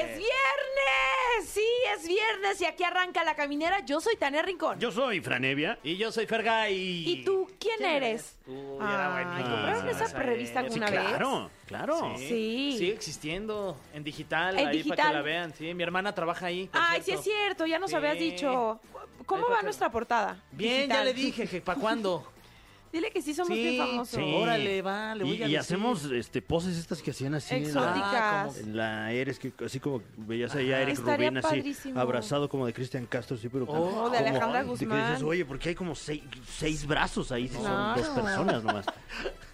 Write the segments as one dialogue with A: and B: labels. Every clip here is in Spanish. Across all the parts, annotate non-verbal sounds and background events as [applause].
A: ¡Es viernes! Sí, es viernes y aquí arranca la caminera. Yo soy Tania Rincón.
B: Yo soy Franevia.
C: Y yo soy Fergay.
A: ¿Y tú quién, eres?
C: Uy, era
A: Ay,
C: buenísimo.
A: ¿compraron esa revista
C: eh.
A: alguna
B: sí,
A: vez?
B: claro, claro.
C: Sí.
A: Sí.
C: Sigue existiendo en digital,
A: En
C: ahí para
A: digital.
C: que la vean. Sí, mi hermana trabaja ahí. por
A: Ay, sí es
C: cierto.
A: cierto, ya nos habías
C: Sí.
A: dicho. ¿Cómo
C: Ahí
A: va
C: está.
A: nuestra portada?
C: Bien,
A: Digital.
C: ya
A: [laughs]
C: le dije, que ¿para cuándo?
A: Dile que sí somos
C: Sí,
A: bien famosos.
C: sí. Órale, va, le voy
B: y,
C: a
B: y
C: decir.
B: hacemos este, poses estas que hacían así. en la-
C: Ah,
A: Exóticas.
C: como-
B: En la Eres, que así como veías ahí a
A: Ajá.
B: Eric
A: Estaría
B: Rubén, así
A: padrísimo.
B: abrazado como de Cristian Castro, sí, pero.
C: Oh,
B: como-
A: de Alejandra
B: como- de que
A: Guzmán.
B: dices, Oye, porque hay como seis, seis brazos ahí, si son dos
A: Claro.
B: personas
A: [laughs]
B: nomás.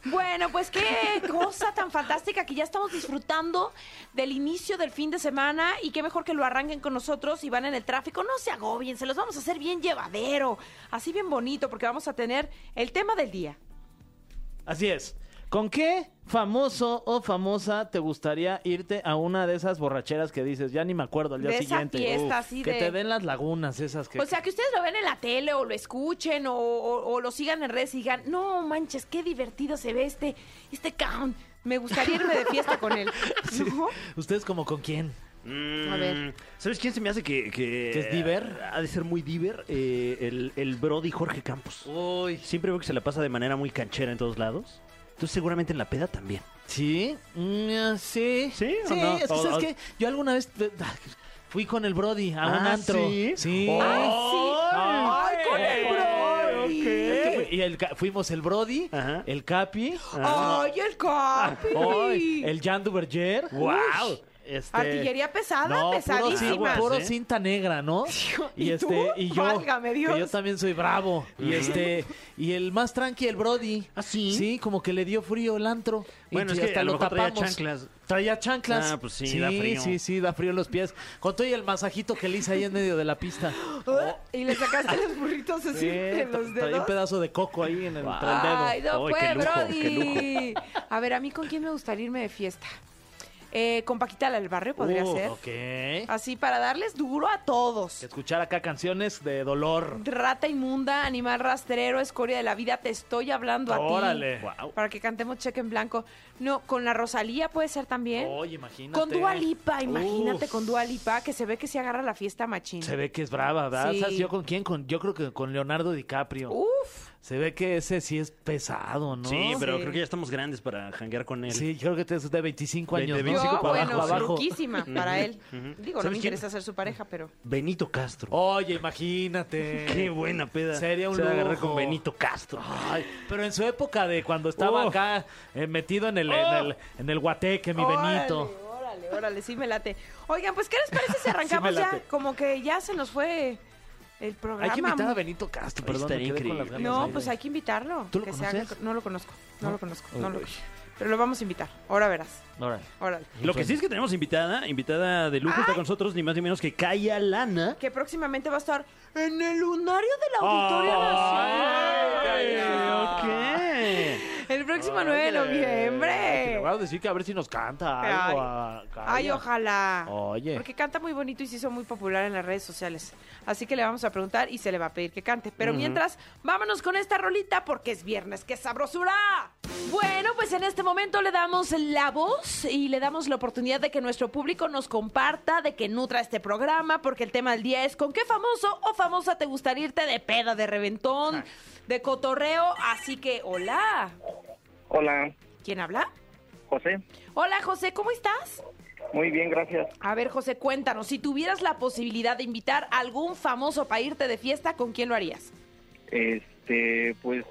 A: Bueno, pues qué cosa tan fantástica que ya estamos disfrutando del inicio del fin de semana y qué mejor que lo arranquen con nosotros y van en el tráfico. No se agobien, se los vamos a hacer bien llevadero, así bien bonito, porque vamos a tener el tema del día.
C: Así es. ¿Con qué famoso o famosa te gustaría irte a una de esas borracheras que dices, ya ni me acuerdo, al día
A: De esa
C: siguiente?
A: fiesta así
C: que
A: de-
C: te den las lagunas esas que...
A: O
C: [laughs]
A: sea, que ustedes lo ven en la tele o lo escuchen o, o- o lo sigan en redes y digan, no manches, qué divertido se ve este, este clown. Me gustaría irme de fiesta con
C: [laughs]
A: él. ¿No?
C: ¿Ustedes como con quién?
A: A ver.
B: Mm, ¿Sabes quién se me hace que. Que,
C: ¿Que es diver?
B: Ha de ser muy diver. eh, el, el Brody Jorge Campos.
C: Uy.
B: Siempre veo que se la pasa de manera muy canchera en todos lados. Entonces, seguramente en la peda también.
C: ¿Sí? Mm, sí.
B: ¿Sí o
C: Sí,
B: no?
C: es que,
B: O-
C: ¿sabes
B: o-
C: qué? Yo alguna vez te- fui con el Brody a un
B: Ah,
C: antro.
B: ¿sí? Oh,
A: Ah, sí. Ay, con el Brody.
C: Es que fui- y el ca- fuimos el Brody,
B: Ajá.
C: el Capi,
A: ¡Ay, el capi!
C: Ah. ay, el Jan Duverger.
B: ¡Wow!
C: Este,
A: Artillería pesada,
C: puro,
A: pesadísima.
B: aguas,
C: cin- puro
B: ¿eh?
C: cinta negra, ¿no?
A: ¿y tú?
C: y yo,
A: Válgame
C: que
A: Dios.
C: yo también soy bravo. Y este, y el más tranqui, el Brody.
B: ¿Ah, sí?
C: Sí, como que le dio frío el antro.
B: Bueno,
C: y
B: es que
C: hasta
B: a lo
C: lo
B: mejor traía
C: tapamos.
B: chanclas.
C: Traía chanclas.
B: Ah, pues sí, da frío.
C: Sí, sí, da frío en los pies. Con todo y el masajito que le hice ahí en medio de la pista.
A: Ah,
C: Oh.
A: Y le sacaste los burritos así de
C: tra-
A: los
C: traía
A: dedos.
C: un pedazo de coco ahí en el, entre el dedo.
A: Ay, no
B: Ay,
A: fue,
B: qué lujo, qué
A: Brody. A ver, ¿a mí con quién me gustaría irme de fiesta? Eh, con Paquita la del barrio podría
C: Uh,
A: ser. Ah.
C: Ok.
A: Así para darles duro a todos.
C: Escuchar acá canciones de dolor.
A: Rata inmunda, animal rastrero, escoria de la vida, te estoy hablando a ti.
C: Órale.
B: Guau.
A: Para que cantemos cheque en blanco. No, con la Rosalía puede ser también.
C: Oye, imagínate.
A: Con Dua Lipa, imagínate
C: Uf.
A: con Dua Lipa, que se ve que se agarra la fiesta machín.
C: Se ve que es brava, ¿verdad?
A: Sí. Uh.
C: ¿Sabes yo con quién? Con, yo creo que con Leonardo DiCaprio.
A: Uf,
C: Se ve que ese sí es pesado, ¿no?
B: Sí, pero
A: Sí.
B: creo que ya estamos grandes para janguear con él.
C: Sí, yo creo que te es de 25
B: De-
C: años.
B: de
C: ¿no?
A: yo,
B: 25 para
A: bueno,
B: abajo, abajo.
A: ruquísima para él. Digo, no
B: ¿Sabes
A: me
B: quién?
A: interesa ser su pareja, pero...
B: Benito Castro.
C: Oye, imagínate.
B: Oh, [laughs] Qué buena peda.
C: Sería un
B: Se va a agarrar
C: lujo. Ah,
B: con Benito Castro.
C: Ay, pero en su época de cuando estaba
B: Oh.
C: acá eh, metido en el, en el en el guateque, mi
A: Oh. Órale,
C: Benito.
A: Órale, órale, sí me late. Oigan, pues, ¿qué les parece si arrancamos
C: [laughs] Sí me
A: ya?
C: late.
A: Como que ya se nos fue el programa.
C: Hay que invitar a Benito Castro,
B: Oye,
C: perdón.
B: estaría
C: me quedé con
B: increíble.
C: las ganas
A: No,
C: ahí
A: pues
C: de-
A: hay que invitarlo.
C: ¿Tú lo
A: que se
C: conoces?
A: haga- No lo conozco, no, lo conozco, no lo
C: Uy.
A: conozco. Pero lo vamos a invitar, ahora verás,
C: Órale.
A: órale.
B: Lo que sí es que tenemos invitada, invitada de lujo, está con nosotros ni más ni menos que Kaya Lana.
A: Que próximamente va a estar en el lunario del Auditorio
C: Ay,
A: Nacional.
B: Ay,
A: El próximo 9 Ah, de
C: Ay, Le
A: noviembre.
C: voy a decir que a ver si nos canta algo. a Kaya.
A: Ay, ojalá.
C: Oye.
A: Porque canta muy bonito y se hizo muy popular en las redes sociales. Así que le vamos a preguntar y se le va a pedir que cante. Pero mientras, vámonos con esta rolita porque es viernes, ¡qué sabrosura! Bueno, pues en este momento le damos la voz y le damos la oportunidad de que nuestro público nos comparta, de que nutra este programa, porque el tema del día es con qué famoso o famosa te gustaría irte de peda, de reventón, de cotorreo. Así que, hola.
D: Hola,
A: ¿Quién habla?
D: José.
A: Hola, José, ¿cómo estás?
D: Muy bien, gracias.
A: A ver, José, cuéntanos, si tuvieras la posibilidad de invitar a algún famoso para irte de fiesta, ¿con quién lo harías?
D: Este, pues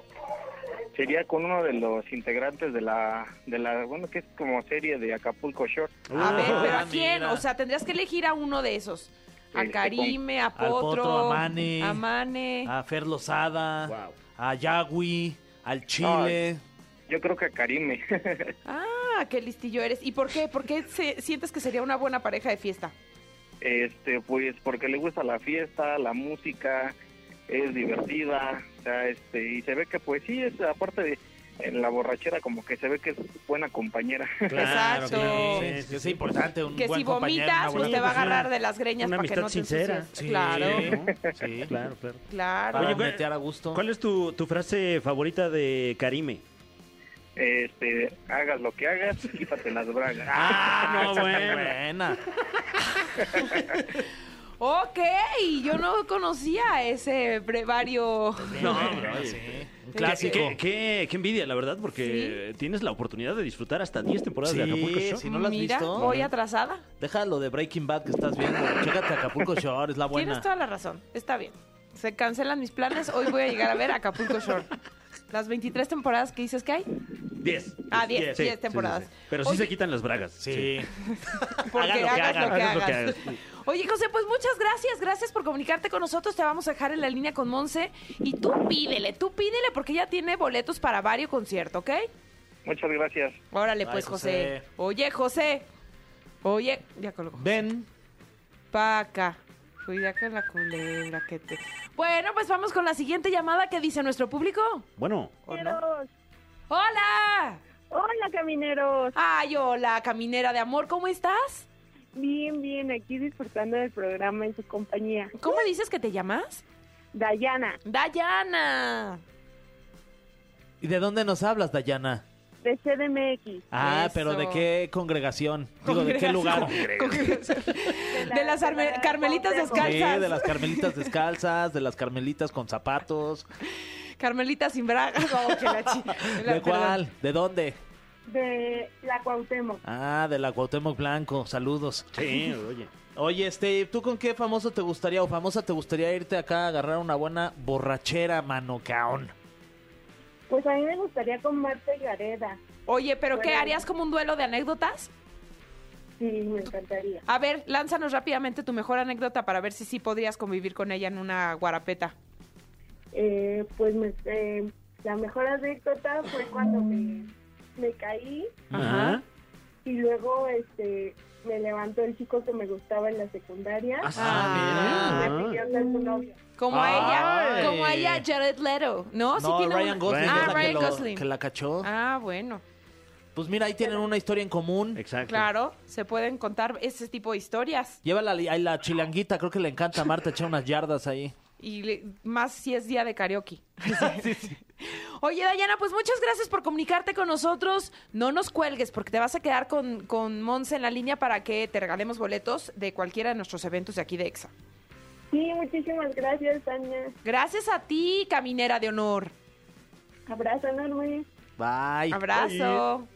D: sería con uno de los integrantes de la de la bueno, que es como serie de Acapulco Ah. Short.
A: A
C: Uh,
A: ver, pero ¿a
C: mira.
A: quién? O sea, tendrías que elegir a uno de esos. A
D: Este,
A: Karime, a
C: Al
A: Potro,
C: Potro, a Mane. Ah.
A: a Mane.
C: A Fer Lozada,
B: Wow.
C: a Yagui, al Chile.
D: Yo creo que a Karime. [laughs]
A: Ah, qué listillo eres. ¿Y por qué? ¿Por qué se- sientes que sería una buena pareja de fiesta?
D: este, pues porque le gusta la fiesta, la música, es divertida, o sea, este, y se ve que pues sí, es aparte de en la borrachera como que se ve que es buena compañera. [laughs]
A: Exacto.
C: claro, sí, sí, sí, es importante un
A: Que
C: buen
A: si
C: compañero, una
A: vomitas,
C: buena
A: pues te va a
C: compañera.
A: agarrar de las greñas
B: Una
A: para que
B: amistad
A: no te
B: sincera.
A: ensucies.
C: Sí,
A: Claro,
C: ¿no? Sí,
B: Claro, claro.
A: claro.
C: Para
B: Oye, ¿cuál-
C: meter a gusto.
B: ¿Cuál es tu, tu frase favorita de Karime?
D: Este, hagas lo que hagas, quítate las bragas.
C: Ah,
B: No,
C: no,
B: bueno. [laughs]
C: buena.
A: Ok, yo no conocía ese brevario.
B: No,
C: sí. Un
B: Clásico.
C: clásico.
B: Qué, qué- qué envidia, la verdad, porque tienes la oportunidad de disfrutar hasta 10 temporadas de
C: Sí,
B: Acapulco Show.
C: sí. Si no lo has
A: Mira,
C: visto.
A: voy atrasada.
C: Deja lo de Breaking Bad que estás viendo. Chécate Acapulco Shore, es la buena.
A: Tienes toda la razón, está bien. Se cancelan mis planes, hoy voy a llegar a ver Acapulco Shore. Las 23 temporadas que dices que hay,
B: 10.
A: Ah, 10, 10 temporadas.
B: Pero sí
A: Oye.
B: se quitan las bragas.
C: Sí.
A: porque
C: Hagan lo que
A: hagas,
C: hagan,
A: lo que
B: hagas lo que
A: hagas.
B: hagas.
A: Oye, José, pues muchas gracias, gracias por comunicarte con nosotros. Te vamos a dejar en la línea con Monse y tú pídele, tú pídele porque ella tiene boletos para varios conciertos, ¿ok?
D: Muchas gracias.
A: Órale,
C: Ay,
A: pues, José.
C: José.
A: Oye, José. Oye, ya colgó.
C: Ven.
A: Pa' acá. Cuida con la culebra que te... Bueno, pues vamos con la siguiente llamada que dice nuestro público.
B: Bueno,
A: ¿O no?
E: Camineros.
A: ¡Hola!
E: Hola, camineros.
A: Ay, hola, caminera de amor, ¿cómo estás?
E: Bien, bien, aquí disfrutando del programa en su compañía.
A: ¿Cómo dices que te llamas?
E: Dayana,
A: Dayana.
C: ¿Y de dónde nos hablas, Dayana?
E: de CDMX.
C: Ah,
A: Eso.
C: pero ¿de qué congregación? Digo, ¿de qué lugar?
A: De las arme- carmelitas
C: Sí,
A: Calzas.
C: de las carmelitas descalzas, de las carmelitas con zapatos.
A: Carmelita sin [laughs] bragas. No, que Oh, la chi- la-
C: ¿De cuál? ¿De dónde?
E: De la Cuauhtémoc.
C: Ah, de la Cuauhtémoc Blanco. Saludos.
B: sí, oye.
C: Oye, este, ¿tú con qué famoso te gustaría o famosa te gustaría irte acá a agarrar una buena borrachera, mano caón?
E: Pues a mí me gustaría con Marta y Gareda.
A: Oye, ¿pero qué?
E: Bueno.
A: ¿Harías como un duelo de anécdotas?
E: Sí, me encantaría.
A: A ver, lánzanos rápidamente tu mejor anécdota para ver si sí podrías convivir con ella en una guarapeta.
E: Eh, pues me- eh, la mejor anécdota fue cuando me, me caí
B: Ajá.
E: y luego este me levantó el chico que me gustaba en la secundaria.
B: Ah, mira.
E: y me pidió ser su novio.
A: Como a
C: Ay.
A: ella, como a ella Jared Leto, ¿no? Oh, Sí
C: no,
A: tiene
C: Ryan
A: una-
C: Gosling
A: Ah,
C: es la que,
A: Ryan
C: lo-
A: Gosling.
C: que la cachó.
A: Ah, bueno.
C: Pues mira, ahí tienen una historia en común.
B: Exacto.
A: Claro, se pueden contar ese tipo de historias.
C: Llévala a la, la chilanguita, creo que le encanta a Marta echar unas yardas ahí.
A: Y le- más si es día de
B: [laughs]
A: karaoke. Oye, Dayana, pues muchas gracias por comunicarte con nosotros. No nos cuelgues porque te vas a quedar con, con Monse en la línea para que te regalemos boletos de cualquiera de nuestros eventos de aquí de EXA.
E: Sí, muchísimas gracias, Tania.
A: Gracias a ti, caminera de honor.
E: Abrazo enorme.
C: Bye.
A: Abrazo.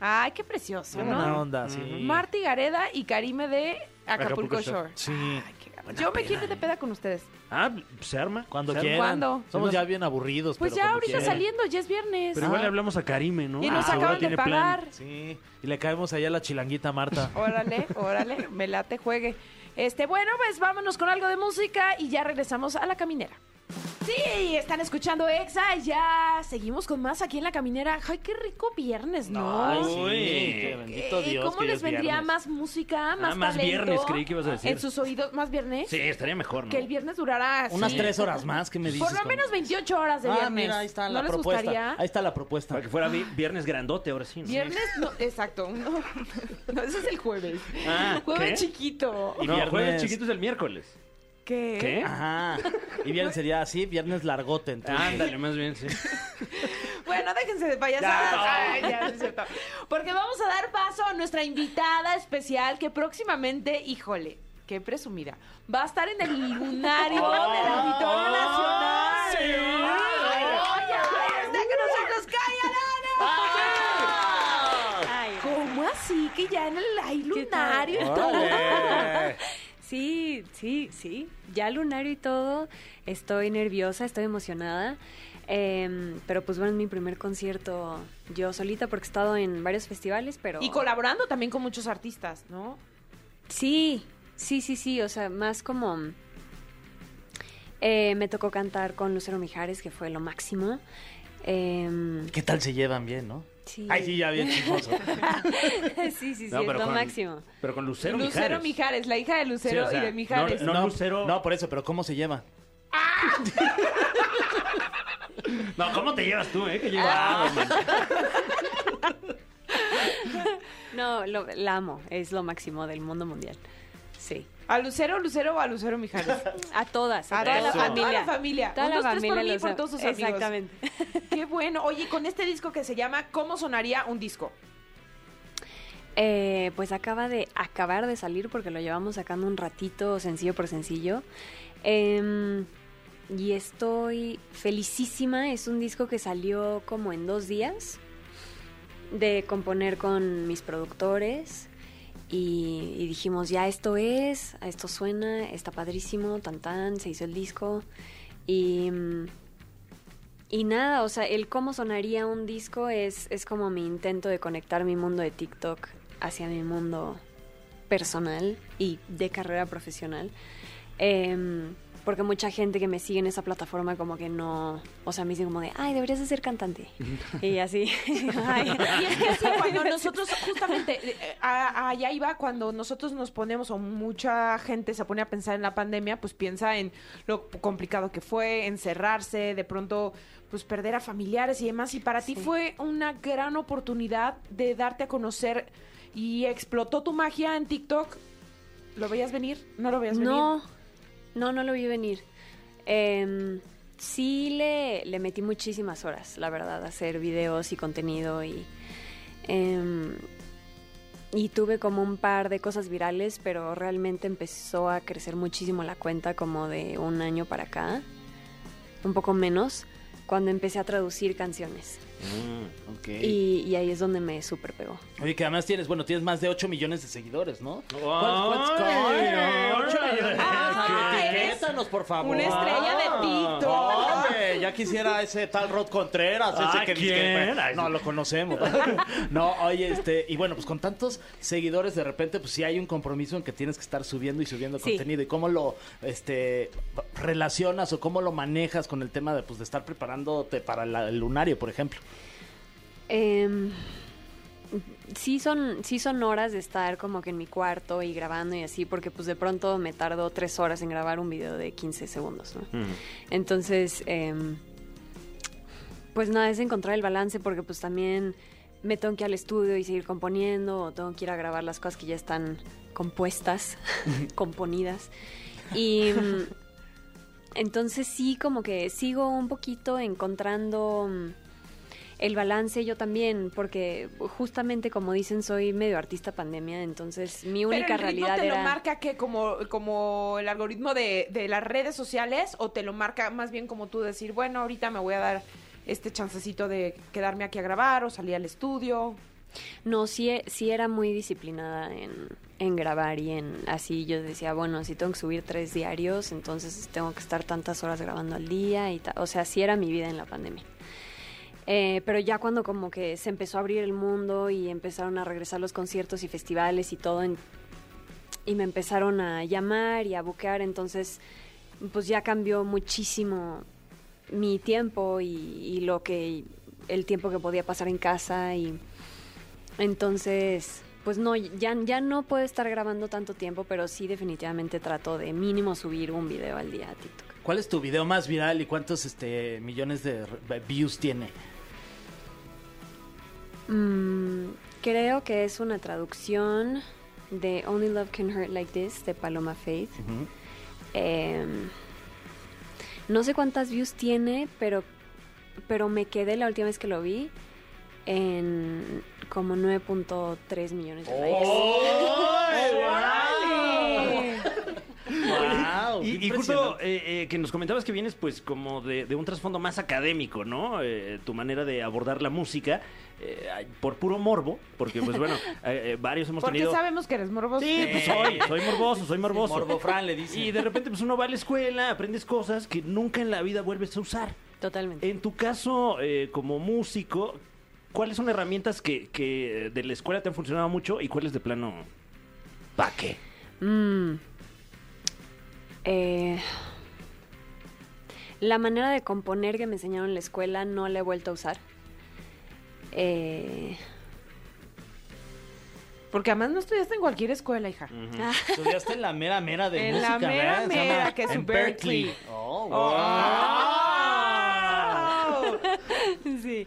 A: Ay, qué precioso,
C: Qué buena
A: ¿no?
C: onda, sí.
A: Marti Gareda y Karime de Acapulco,
B: Acapulco
A: Shore.
B: Shore.
C: Sí.
A: Ay, qué ganas. Yo me quiero ir de peda con ustedes.
B: Ah, se arma.
C: Cuando
B: Se arma.
C: quieran.
A: ¿Cuándo?
C: Somos ya bien aburridos.
A: Pues
C: pero
A: ya
C: cuando
A: ahorita
C: quieran.
A: saliendo, ya es viernes. Ah.
B: Pero igual le hablamos a Karime, ¿no?
A: y nos
B: Ah, seguro
A: acaban de
B: tiene plan.
A: pagar.
C: Sí. Y le caemos allá a la chilanguita Marta.
A: Órale, órale, me late, juegue. Este, bueno, pues vámonos con algo de música y ya regresamos a la caminera. Sí, están escuchando Exa, ya seguimos con más aquí en la caminera. Ay, qué rico viernes, ¿no?
C: Ay, sí.
B: Uy.
C: qué bendito
A: Eh,
C: Dios.
A: ¿Cómo
C: que ya
A: les
C: es
A: vendría
C: viernes.
A: más música, más,
B: Ah, más
A: talento
B: viernes, creí que ibas a decir.
A: En sus oídos, más viernes.
B: Sí, estaría mejor, ¿no?
A: Que el viernes durará
C: Unas
A: sí,
C: tres horas más, ¿qué me dices?
A: Por lo menos 28 horas de viernes.
C: Ah, mira, ahí está
A: ¿No
C: la
A: les
C: propuesta.
A: gustaría?
C: Ahí está la propuesta.
B: Para que fuera vi- viernes grandote ahora sí, ¿no?
A: Viernes, no, exacto. No, [laughs] no, ese es el jueves.
B: Ah,
A: jueves
B: ¿qué?
A: chiquito.
B: Y no,
C: Viernes.
B: jueves chiquito es el miércoles.
A: ¿Qué? [laughs]
C: Ajá. Y viernes sería así, viernes largote. Entonces.
B: Ándale, más bien, [laughs] sí.
A: Bueno, déjense de payasadas. Ay, ya, sí es cierto. Porque vamos a dar paso a nuestra invitada especial que próximamente, híjole, qué presumida, va a estar en el lunario del Auditorio Nacional.
B: Oh, sí.
A: Ay, oye, está que nosotros callarán. ¿Cómo así que ya en el hay lunario y todo?
C: Órale.
F: [laughs] Sí, sí, sí. Ya lunario y todo. Estoy nerviosa, estoy emocionada. Em, pero pues bueno, es mi primer concierto yo solita porque he estado en varios festivales, pero...
A: Y colaborando también con muchos artistas, ¿no?
F: Sí, sí, sí, sí. O sea, más como... eh, me tocó cantar con Lucero Mijares, que fue lo máximo. Em,
C: ¿Qué tal se llevan bien, no?
F: sí.
C: Ay, sí, ya bien chismoso.
F: [laughs] sí, sí, sí,
B: No,
F: es
B: pero
F: lo
B: con-
F: máximo.
B: Pero con Lucero,
A: Lucero Mijares. la hija de Lucero
B: Sí, o sea,
A: y de Mijares.
B: No, Lucero.
C: No, por eso, pero ¿cómo se llevan?
B: No, ¿cómo te llevas tú, eh? Qué
A: Ah.
B: llevado, man.
F: No, lo- la amo, es lo máximo del mundo mundial. Sí.
A: ¿A Lucero, Lucero o a Lucero Mijares?
F: A todas, a,
A: A
F: toda, la
A: todas, a
F: familia.
A: toda la familia.
F: Toda
A: Un,
F: la
A: dos, tres por
F: familia.
A: mí,
F: los
A: por
F: am-
A: todos sus amigos.
F: Exactamente.
A: Qué bueno. Oye, con este disco que se llama ¿Cómo sonaría un
F: [laughs]
A: disco?
F: [laughs] Eh, pues acaba de acabar de salir porque lo llevamos sacando un ratito, sencillo por sencillo. Em, y estoy felicísima. Es un disco que salió como en dos días de componer con mis productores. Y, y dijimos, ya esto es, a esto suena, está padrísimo, tan tan, se hizo el disco. Y, mm, y nada, o sea, el cómo sonaría un disco es, es como mi intento de conectar mi mundo de TikTok hacia mi mundo personal y de carrera profesional. Em, porque mucha gente que me sigue en esa plataforma como que no, o sea, me dicen como de, ay, deberías de ser cantante. y así. [laughs] Ay.
A: Y [laughs] es que así, cuando nosotros, justamente, eh, eh, a- allá iba, cuando nosotros nos ponemos, o mucha gente se pone a pensar en la pandemia, pues piensa en lo complicado que fue, encerrarse, de pronto, pues perder a familiares y demás. Y para ti
F: Sí.
A: fue una gran oportunidad de darte a conocer y explotó tu magia en TikTok. ¿Lo veías venir? ¿No lo veías venir?
F: No, no, no lo vi venir. Em, sí le, le metí muchísimas horas, la verdad, a hacer videos y contenido y... em, y tuve como un par de cosas virales, pero realmente empezó a crecer muchísimo la cuenta como de un año para acá, un poco menos, cuando empecé a traducir canciones.
C: ok.
F: Y, y ahí es donde me super pegó.
C: Oye, que además tienes, bueno, tienes más de 8 millones de seguidores, ¿no?
B: ¿Cuántos- cuántos-
C: ¡Ocho millones!
A: Ah, eres
C: Etiquétanos, por favor.
A: Una estrella
C: Ah.
A: de TikTok.
C: Hombre, ya quisiera ese tal Rod Contreras, ese
B: Ah,
C: que dice
B: ¿quién?
C: que- No, lo
B: [laughs]
C: conocemos. No, oye, este, y bueno, pues con tantos seguidores de repente, pues sí hay un compromiso en que tienes que estar subiendo y subiendo
F: Sí.
C: contenido. ¿Y cómo lo este relacionas o cómo lo manejas con el tema de pues de estar preparándote para la- el lunario, por ejemplo?
F: Em, sí, son, sí son horas de estar como que en mi cuarto y grabando y así, porque pues de pronto me tardo tres horas en grabar un video de 15 segundos, ¿no?
B: Mm.
F: Entonces, em, pues nada, es encontrar el balance porque pues también me tengo que ir al estudio y seguir componiendo, o tengo que ir a grabar las cosas que ya están compuestas, [laughs] componidas. Y mm, entonces sí, como que sigo un poquito encontrando mm, el balance yo también, porque justamente como dicen, soy medio artista pandemia, entonces mi única
A: Pero el ritmo
F: realidad
A: te
F: era...
A: lo marca que como, como el algoritmo de, de las redes sociales o te lo marca más bien como tú decir, bueno, ahorita me voy a dar este chancecito de quedarme aquí a grabar o salir al estudio.
F: No, sí, e- sí era muy disciplinada en, en grabar y en así yo decía, bueno, si tengo que subir tres diarios, entonces tengo que estar tantas horas grabando al día y tal. O sea, sí era mi vida en la pandemia. Eh, pero ya cuando como que se empezó a abrir el mundo y empezaron a regresar los conciertos y festivales y todo, en- y me empezaron a llamar y a buquear, entonces pues ya cambió muchísimo mi tiempo y, y lo que el tiempo que podía pasar en casa y entonces, pues no, ya, ya no puedo estar grabando tanto tiempo, pero sí definitivamente trato de mínimo subir un video al día a TikTok.
C: ¿Cuál es tu video más viral y cuántos este millones de re- views tiene?
F: Mm, creo que es una traducción de Only Love Can Hurt Like This de Paloma Faith. Em, no sé cuántas views tiene, pero, pero me quedé la última vez que lo vi en como 9.3 millones de likes.
C: Oh. ¡Wow!
B: Y, y justo eh, eh, que nos comentabas que vienes pues como de, de un trasfondo más académico, ¿no? Eh, tu manera de abordar la música eh, ay, por puro morbo, porque
A: [laughs]
B: pues bueno, eh, eh, varios hemos
A: Porque
B: tenido...
A: sabemos que eres morboso.
B: Sí, pues soy, soy morboso, soy morboso.
C: Morbofrán le dice.
B: y de repente pues uno va a la escuela, aprendes cosas que nunca en la vida vuelves a usar.
F: Totalmente.
B: En tu caso, eh, como músico, ¿cuáles son herramientas que, que de la escuela te han funcionado mucho y cuáles de plano... ¿Pa' qué?
F: Mm. Eh, la manera de componer que me enseñaron en la escuela no la he vuelto a usar. Eh,
A: Porque además no estudiaste en cualquier escuela, hija.
F: Ah.
C: Estudiaste en la mera mera de
A: En
C: música,
A: la mera
C: ¿verdad? Se llama-
F: Oh, ah,
A: mera, que es
C: en
A: un Berkeley.
C: Oh, wow.
A: Oh.
F: sí.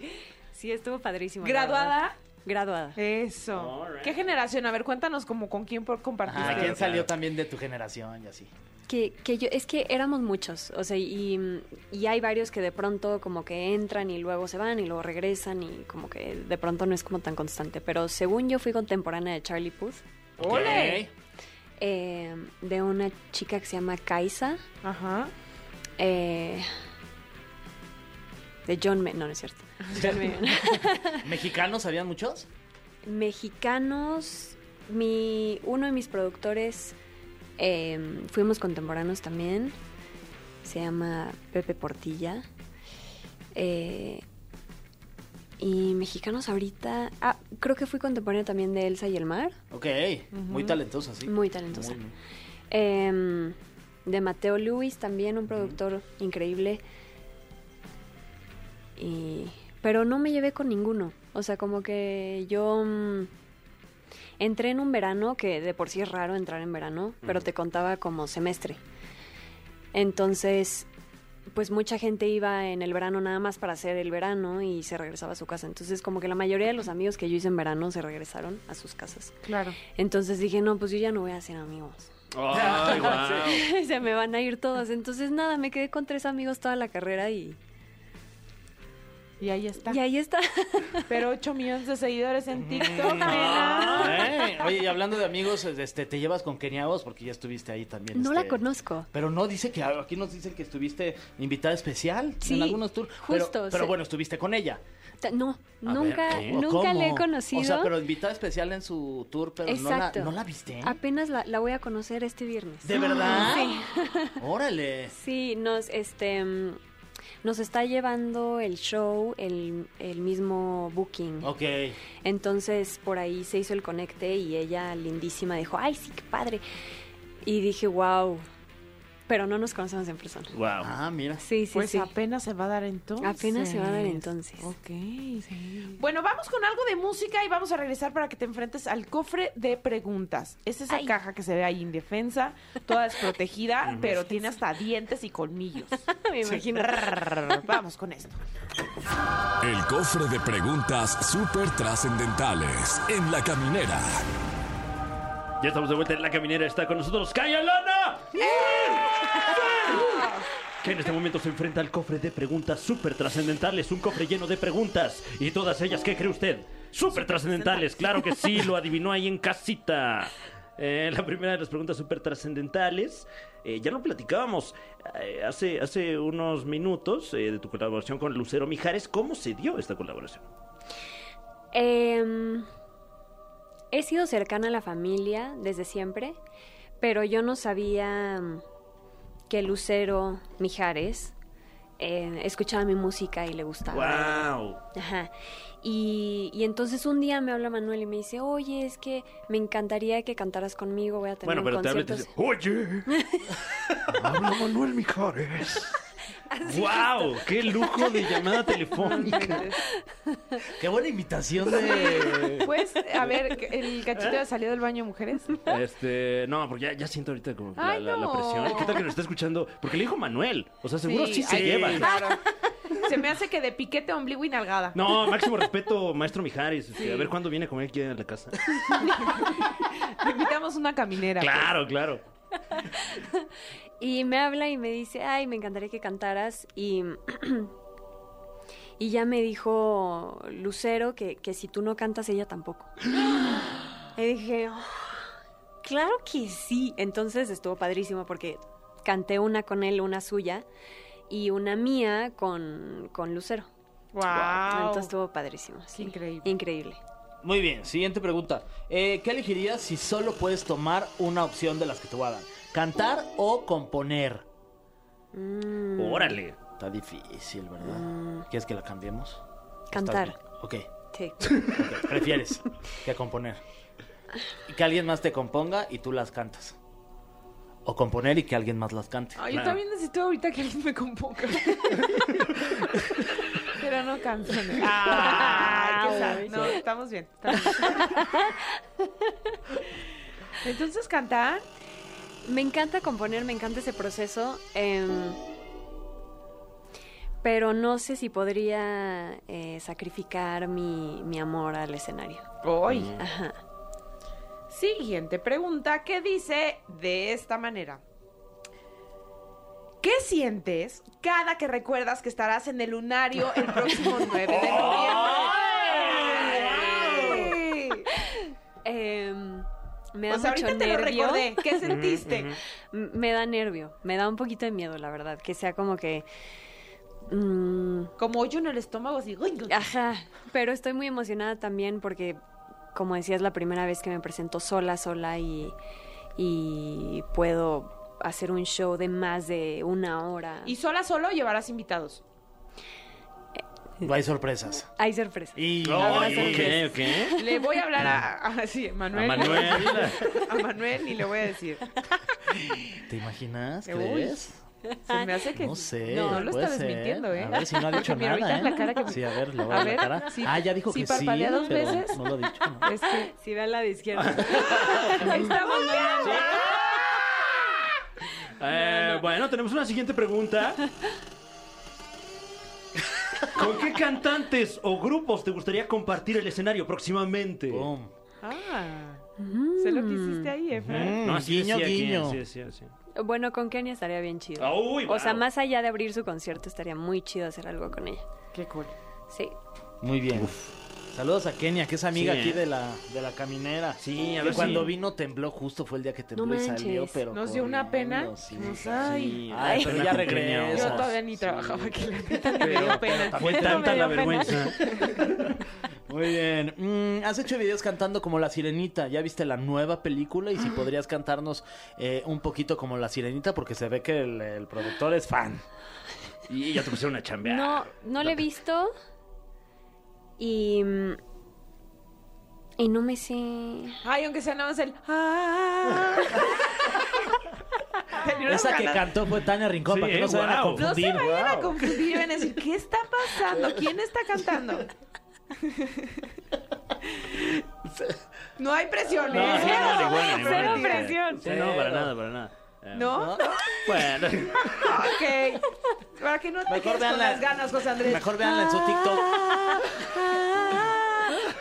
F: Sí, estuvo padrísimo.
A: [laughs]
F: la
A: ¿Graduada?
F: verdad. Graduada.
A: Eso.
B: Alright. Ah,
A: ¿Qué generación? A ver, cuéntanos como con quién por compartir.
B: Ajá,
C: ¿A quién
B: claro.
C: salió también de tu generación y así?
F: Que, que yo, es que éramos muchos, o sea, y, y hay varios que de pronto como que entran y luego se van y luego regresan y como que de pronto no es como tan constante. Pero según yo fui contemporánea de Charlie Puth,
A: ¡Ole!
F: eh, de una chica que se llama Kaisa,
A: Ajá.
F: eh, de John Mayer, no, no es
C: [laughs]
F: cierto. John Mayer. [laughs]
C: ¿Mexicanos habían muchos?
F: Mexicanos, mi, uno de mis productores, eh, fuimos contemporáneos también, se llama Pepe Portilla. Eh, y mexicanos ahorita, ah, creo que fui contemporáneo también de Elsa y el Mar,
C: Ok, muy talentoso, sí.
F: muy talentosa.
C: Muy, muy.
F: Eh, de Mateo Luis también, un productor increíble. Y- pero no me llevé con ninguno. O sea, como que yo mm, entré en un verano, que de por sí es raro entrar en verano, pero te contaba como semestre. Entonces, pues mucha gente iba en el verano nada más para hacer el verano y se regresaba a su casa. Entonces, como que la mayoría de los amigos que yo hice en verano se regresaron a sus casas.
A: Claro.
F: Entonces dije, no, pues yo ya no voy a hacer amigos.
B: Ay, guau.
F: [laughs] Se me van a ir todos. Entonces, nada, me quedé con tres amigos toda la carrera y,
A: Y ahí está.
F: y ahí está.
C: Este,
A: Pero 8 millones de seguidores en TikTok, nena.
C: Eh, Oye, y hablando de amigos, este, ¿te llevas con Kenia Oz? Porque ya estuviste ahí también.
F: No
C: este,
F: la conozco.
C: Pero no dice que aquí nos dicen que estuviste invitada especial en
F: Sí,
C: algunos tours. pero-
F: justo,
C: Pero,
F: sí.
C: bueno, estuviste con ella.
F: Ta- No,
B: ver,
F: nunca,
B: ¿qué?
C: ¿O
F: nunca
C: cómo?
F: le he conocido.
C: O sea, pero invitada especial en su tour, pero no la,
F: Exacto. Ah,
C: no la viste.
F: Apenas la, la voy a conocer este viernes.
C: ¿De verdad?
F: Sí.
C: Órale.
F: Sí, nos, este, mm, nos está llevando el show el, el mismo booking.
C: Ok.
F: Entonces por ahí se hizo el conecte y ella lindísima dijo, ay, sí, qué padre. Y dije, wow, pero no nos conocemos en persona.
B: Guau.
C: Ah, mira.
F: Sí, sí,
A: Pues
F: sí.
A: apenas se va a dar entonces.
F: Apenas se va a dar entonces.
A: Ok. Bueno, vamos con algo de música y vamos a regresar para que te enfrentes al cofre de preguntas. Es esa
F: Ay.
A: caja que se ve ahí indefensa, toda [laughs] desprotegida, pero tiene hasta dientes y colmillos.
F: [laughs] Me imagino.
A: Rrr, vamos con esto.
G: El cofre de preguntas súper trascendentales en la caminera.
B: Ya estamos de vuelta en La Caminera. Está con nosotros Kaya Lana. Que en este momento se enfrenta al cofre de preguntas súper trascendentales. Un cofre lleno de preguntas. Y todas ellas, ¿qué cree usted? Súper trascendentales. Claro que sí, lo adivinó ahí en casita. Eh, la primera de las preguntas súper trascendentales. eh, ya lo platicábamos eh, hace, hace unos minutos eh, de tu colaboración con Lucero Mijares. ¿Cómo se dio esta colaboración?
F: Em, he sido cercana a la familia desde siempre, pero yo no sabía mm, que Lucero Mijares eh, escuchaba mi música y le gustaba.
B: ¡Wow!
F: Ajá. Y, y entonces un día me habla Manuel y me dice, oye, es que me encantaría que cantaras conmigo, voy a tener
B: Bueno,
F: un
B: pero te habla y
F: concierto.
B: te dice, ¡Oye! ¡Habla Manuel Mijares! ¡Wow! ¡Qué lujo de llamada telefónica!
C: Qué buena invitación de.
A: Pues, a ver, el cachito de salido del baño de mujeres.
B: Este, no, porque ya, ya siento ahorita como que la-
A: Ay,
B: la, la
A: no.
B: presión. ¿Qué tal que nos está escuchando? Porque le dijo Manuel. O sea, seguro sí, se
A: ay, Ah.
B: llevan.
A: Claro. Se me hace que de piquete, ombligo y nalgada.
B: No, máximo respeto, maestro Mijares. este, A ver cuándo viene a comer aquí a la casa.
A: Te invitamos una caminera.
B: Claro, claro.
F: Y me habla y me dice, ay, me encantaría que cantaras. Y, [clears throat] y ya me dijo Lucero que, que si tú no cantas, ella tampoco. y dije, "Oh, claro que sí. Entonces estuvo padrísimo porque canté una con él, una suya, y una mía con, con Lucero.
A: Wow.
F: Entonces estuvo padrísimo. sí.
A: increíble.
F: Increíble.
C: Muy bien, siguiente pregunta. Eh, ¿Qué elegirías si solo puedes tomar una opción de las que te voy a dar? ¿Cantar o componer?
F: Mm,
B: Órale.
C: Está difícil, ¿verdad? ¿Quieres que la cambiemos?
F: Cantar.
C: Está- Ok,
F: sí.
C: ok. Prefieres que componer. Y que alguien más te componga y tú las cantas. O componer y que alguien más las cante.
A: Ay, yo
B: Claro.
A: también necesito ahorita que alguien me componga. [laughs] Pero no [laughs] Ah, canciones. Ay, qué sad. No, estamos bien. estamos bien. [laughs] Entonces, cantar.
F: Me encanta componer, me encanta ese proceso. em, pero no sé si podría eh, sacrificar mi, mi amor al escenario.
A: Hoy.
F: Ajá.
A: Siguiente pregunta que dice de esta manera. ¿Qué sientes cada que recuerdas que estarás en el lunario el próximo 9 de noviembre?
F: Em, me
A: Ay.
F: da
A: O sea,
F: mucho
A: ahorita te lo
F: nervio.
A: recordé. ¿Qué sentiste?
F: M- Me da nervio, me da un poquito de miedo, la verdad, que sea como que... mm,
A: Como hoyo en el estómago, así. "Uy, uy".
F: Ajá, pero estoy muy emocionada también porque, como decía, es la primera vez que me presento sola, sola y, y puedo hacer un show de más de una hora.
A: Y sola, solo llevarás invitados.
C: No hay sorpresas.
F: Hay sorpresa.
C: Y
F: Habrá sorpresa.
B: ¿Qué? ¿Qué?
A: Le voy a hablar a, a- sí,
B: A
A: Manuel. [laughs]
B: Manuel.
A: A Manuel y le voy a decir.
C: ¿Te imaginas?
A: Uy.
C: ¿Crees?
A: Se me hace que.
C: No sé.
A: No, no lo
C: puede
A: está
C: ser.
A: desmintiendo, ¿eh?
C: A ver si
A: [laughs]
C: no ha
A: Porque
C: dicho
A: mira,
C: nada.
A: ahorita
C: ¿eh?
A: la cara que-
C: Sí, a ver, le voy
A: A
C: a, ver,
A: ver,
C: la cara.
A: si-
C: ah, ya dijo
A: si
C: que sí.
A: parpadea dos
C: pero
A: veces.
C: No lo Ah. ha dicho. ¿no?
A: [laughs] Es que.
F: Si ve al lado izquierdo.
A: [laughs] Estamos viendo.
B: Eh, Bueno, tenemos una siguiente pregunta. ¿Con qué cantantes o grupos te gustaría compartir el escenario próximamente?
C: Boom.
A: Ah. Sé lo que hiciste ahí, ¿eh, Efra.
C: Mm, guiño, guiño.
B: ¿Eh? Sí, sí, sí.
F: Bueno, con Kenia estaría bien chido.
B: Ah, uy,
F: O sea,
B: wow.
F: más allá de abrir su concierto, estaría muy chido hacer algo con ella.
A: Qué cool.
F: Sí.
B: Ah,
C: Muy bien. Saludos a Kenia, que es amiga
B: Sí,
C: aquí
B: ¿eh?
C: de la, de la caminera.
B: Sí, a
C: Que
B: ver si-
C: cuando vino tembló, justo fue el día que tembló
F: No
C: y
F: manches.
C: salió, pero
A: Nos dio una pena.
C: corriendo, sí.
A: Nos- ay.
C: Sí, ay, pero
B: Pena [laughs]
C: ya
B: con Kenia,
C: regresó.
B: o
A: Yo
B: sea,
A: todavía ni trabajaba aquí. La neta, ni me dio pena.
B: Fue
A: No
B: tanta
A: me
B: la
A: dio pena.
B: vergüenza.
C: Muy bien. Mm, has hecho videos cantando como La Sirenita. ¿Ya viste la nueva película?
A: Ah.
C: Y si podrías cantarnos eh, un poquito como La Sirenita, porque se ve que el, el productor es fan.
B: Y ya te pusieron a chambear.
F: No, no lo he visto. Y. mm, Y no me sé.
A: Ay, aunque sea nada más el. ah. [laughs] Tenía unas
C: Esa que
A: ganas.
C: cantó fue Tania Rincón,
B: Sí,
C: para que
B: eh,
C: no se vayan a
B: guau.
A: No
C: confundir.
A: se vayan a
C: Guau.
A: confundir y van a decir, ¿qué está pasando? ¿Quién está cantando? No hay presión,
B: No,
A: ¿eh?
B: sí, no, ni buena, ni
A: Cero
B: buena.
A: presión.
B: Sí, no, para nada, para nada. Eh,
A: ¿No?
B: Bueno.
A: Ok. Para que no te
C: Mejor
A: quedes con
C: véanla.
A: las ganas, José Andrés.
C: Mejor véanla en su TikTok.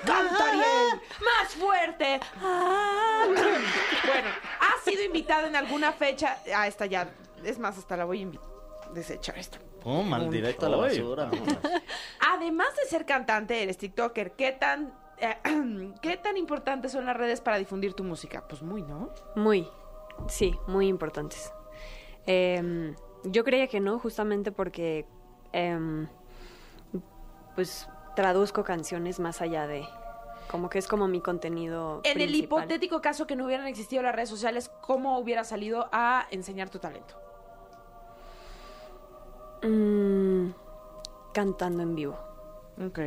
A: ¡Canta Ariel! ¡Más fuerte! Ah. Bueno, ¿has sido invitada en alguna fecha? Ah, esta ya. Es más, hasta la voy a invitar. Desechar esta.
C: Pum, al Oh, directo a la
B: Ay,
C: basura.
A: Además de ser cantante, eres TikToker. ¿Qué tan, eh, [clears throat] ¿qué tan importantes son las redes para difundir tu música? Pues muy, ¿no?
F: Muy, sí, muy importantes. Em, yo creía que no, justamente porque em, pues traduzco canciones más allá de, como que es como mi contenido.
A: En el
F: principal.
A: hipotético caso que no hubieran existido las redes sociales, ¿cómo hubieras salido a enseñar tu talento?
F: Mm, cantando en vivo.
A: Ok,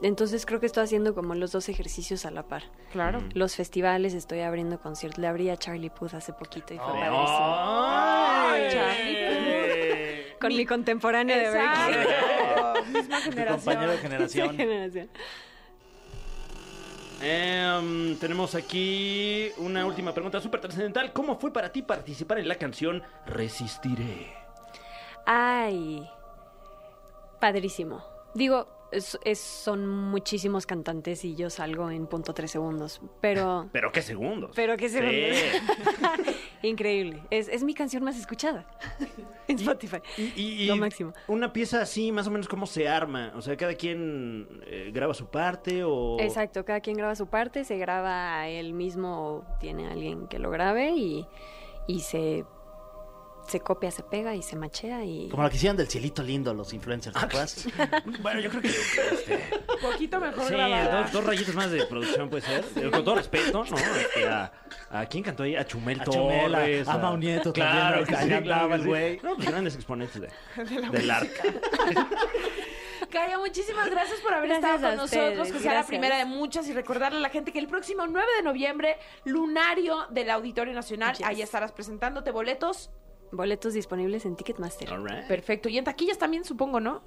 F: Entonces creo que estoy haciendo como los dos ejercicios a la par.
A: claro.
B: Mm.
F: Los festivales, estoy abriendo conciertos. Le abrí a Charlie Puth hace poquito y fue
B: Oh.
F: padrísimo.
A: Ay,
B: Ay, Eh.
A: Charlie
F: Con mi contemporáneo de Berkeley.
A: Exacto. Misma
C: Tu compañero de
A: generación.
F: [laughs]
C: generación.
F: Generación.
B: Em, tenemos aquí una última pregunta súper trascendental. ¿Cómo fue para ti participar en la canción Resistiré?
F: Ay, padrísimo. Digo, es- es- son muchísimos cantantes y yo salgo en punto tres segundos,
B: [laughs]
F: pero
B: Pero qué segundos.
F: Pero qué
B: Sí.
F: segundos. [laughs] increíble. Es, es mi canción más escuchada en Spotify.
B: Y, y-
F: Lo máximo.
B: Una pieza así, más o menos, ¿cómo se arma? O sea, ¿cada quien eh, graba su parte o...?
F: Exacto, cada quien graba su parte, se graba él mismo o tiene alguien que lo grabe y, y se, se copia, se pega y se machea y...
C: Como la que hicieron del cielito lindo los influencers,
A: Ah,
C: ¿te acuerdas?
B: Bueno, yo creo que... este,
A: Poquito mejor
B: sí,
A: grabada.
B: dos, dos rayitos más de producción puede ser. Eh, Con todo respeto, ¿no? Este, a, ¿a quién cantó ahí? A Chumel
C: A Chumel, a-
B: Torres,
C: a Mau Nieto
B: claro
C: también,
B: que
C: ahí
B: sí,
C: andaba
B: claro que
C: el
B: sí.
C: güey.
B: No, pues grandes exponentes
F: [laughs]
B: de- del arte.
A: Kaya, muchísimas gracias por haber
F: Gracias
A: estado
F: a
A: con
F: ustedes,
A: nosotros, que sea la
F: gracias.
A: primera de muchas y recordarle a la gente que el próximo 9 de noviembre, lunario del Auditorio Nacional,
F: Yes.
A: ahí estarás presentándote boletos.
F: Boletos disponibles en Ticketmaster.
B: All right.
A: Perfecto. Y en taquillas también, supongo, ¿no?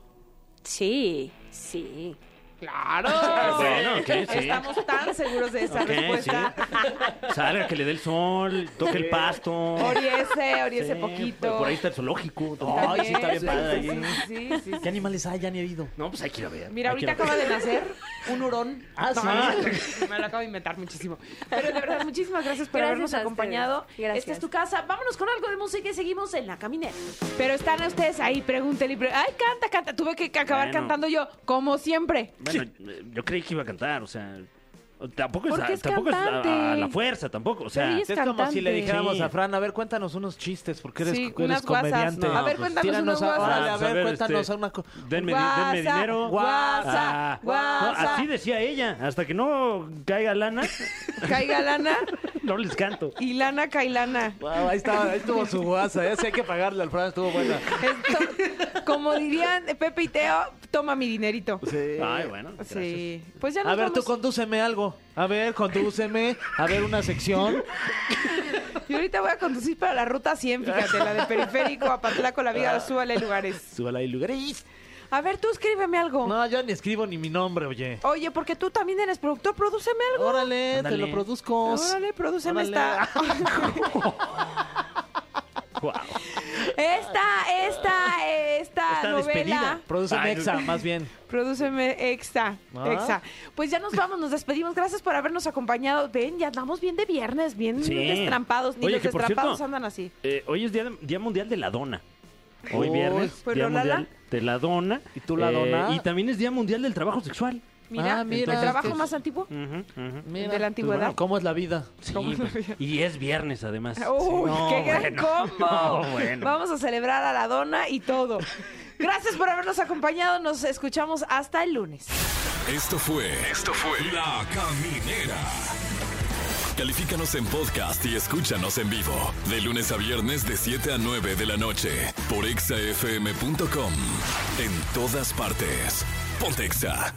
F: Sí, sí.
A: Claro.
B: [laughs] Bueno, ok, sí.
A: Estamos tan seguros de esa
B: Ok,
A: respuesta.
B: Salga, que le dé el sol, toque el pasto.
A: Oriese, oriese
B: Sí,
A: poquito.
B: Por, por ahí está el zoológico.
C: Ay, sí, está bien padre
A: sí,
C: ahí.
A: sí, sí, sí,
C: ¿Qué animales hay? Ya ni he ido.
B: No, pues hay que ir a ver.
A: Mira,
B: hay que ir
A: ahorita
B: a ver.
A: acaba de nacer un hurón.
C: Ah,
A: No,
C: sí.
A: no, me lo acabo de inventar muchísimo. Pero de verdad, muchísimas gracias por
F: Gracias
A: habernos
F: a ustedes.
A: acompañado.
F: Gracias.
A: Esta es tu casa. Vámonos con algo de música y seguimos en la caminera. Pero están ustedes ahí, pregúntenle. pre- Ay, canta, canta. Tuve que acabar
B: Bueno.
A: cantando yo, como siempre.
B: Bueno, eh, yo creí que iba a cantar, o sea. Tampoco es,
A: Porque
B: a,
A: es
B: tampoco es a- a,
A: cantante.
B: la fuerza, tampoco.
A: Pero
B: O sea,
A: ella
C: Es como si le
A: cantante.
C: dijéramos
B: Sí.
C: a Fran, a ver, cuéntanos unos chistes, porque eres,
A: Sí,
C: eres
A: unas guasas,
C: comediante. Pues
A: no. A ver, cuéntanos unos
C: tíranos a- órale,
A: guasas.
B: Vamos
C: a ver,
B: este,
C: cuéntanos una cosa.
B: denme, di-
A: Guasa,
B: denme dinero.
A: guasa,
B: Ah, no,
A: guasa.
B: así decía ella. Hasta que no caiga lana, [laughs]
A: Caiga lana
B: no les canto.
A: y lana cailana.
C: ahí estaba, ahí estuvo su guasa, ya sé hay que pagarle al Fran, estuvo buena.
A: Esto- como dirían Pepe y Teo, toma mi dinerito.
C: Sí.
B: Ay, bueno. gracias.
A: Sí. Pues ya nos
C: Pues, A ver, tú
A: vamos.
C: condúceme algo. A ver, condúceme. A ver, una sección.
A: Y ahorita voy a conducir para la ruta 100, fíjate, la de periférico a Patlaco, la
C: Ah.
A: Viga, súbale lugares.
C: [laughs] Súbala ahí, lugares.
A: A ver, tú escríbeme algo.
C: No, yo ni escribo ni mi nombre, oye.
A: Oye, porque tú también eres productor, prodúceme algo.
C: Órale,
B: Ándale.
C: te lo
B: Oh,
C: produzco.
A: Órale, prodúceme
C: Órale.
A: esta.
B: [laughs] Guau.
A: Esta, esta, esta
B: Está
A: novela.
B: despedida.
C: Producen
B: Ay,
C: Exa,
B: no.
C: más bien.
A: Prodúceme extra,
C: Ah.
A: extra. Pues ya nos vamos, nos despedimos. Gracias por habernos acompañado. Ven, ya andamos bien de viernes, bien
B: Sí.
A: destrampados. Ni
B: Oye,
A: los
B: que por
A: destrampados
B: cierto,
A: andan así.
B: Eh, hoy es día, de- Día Mundial de la Dona. Hoy
C: Uy,
B: viernes,
A: pues,
B: Día
A: ¿lo, Lala?
B: Mundial de la Dona. eh,
C: ¿Y tú la dona?
B: Y también es Día Mundial del Trabajo Sexual.
A: Mira,
C: Ah, mira,
A: el trabajo
C: entonces-
A: más antiguo
B: Ujú, ujú.
A: de la antigüedad.
C: ¿Cómo es la vida?
B: Sí, pues, y es viernes además.
A: [laughs] ¡Uy,
B: No,
A: qué gran
B: bueno,
A: combo!
B: [laughs] no, bueno.
A: Vamos a celebrar a la dona y todo.
B: [laughs]
A: Gracias por habernos acompañado. Nos escuchamos hasta el lunes.
G: Esto fue. Esto fue. La Caminera. Califícanos en podcast y escúchanos en vivo. De lunes a viernes, de 7 a 9 de la noche. Por exafm.com. En todas partes. Pontexa.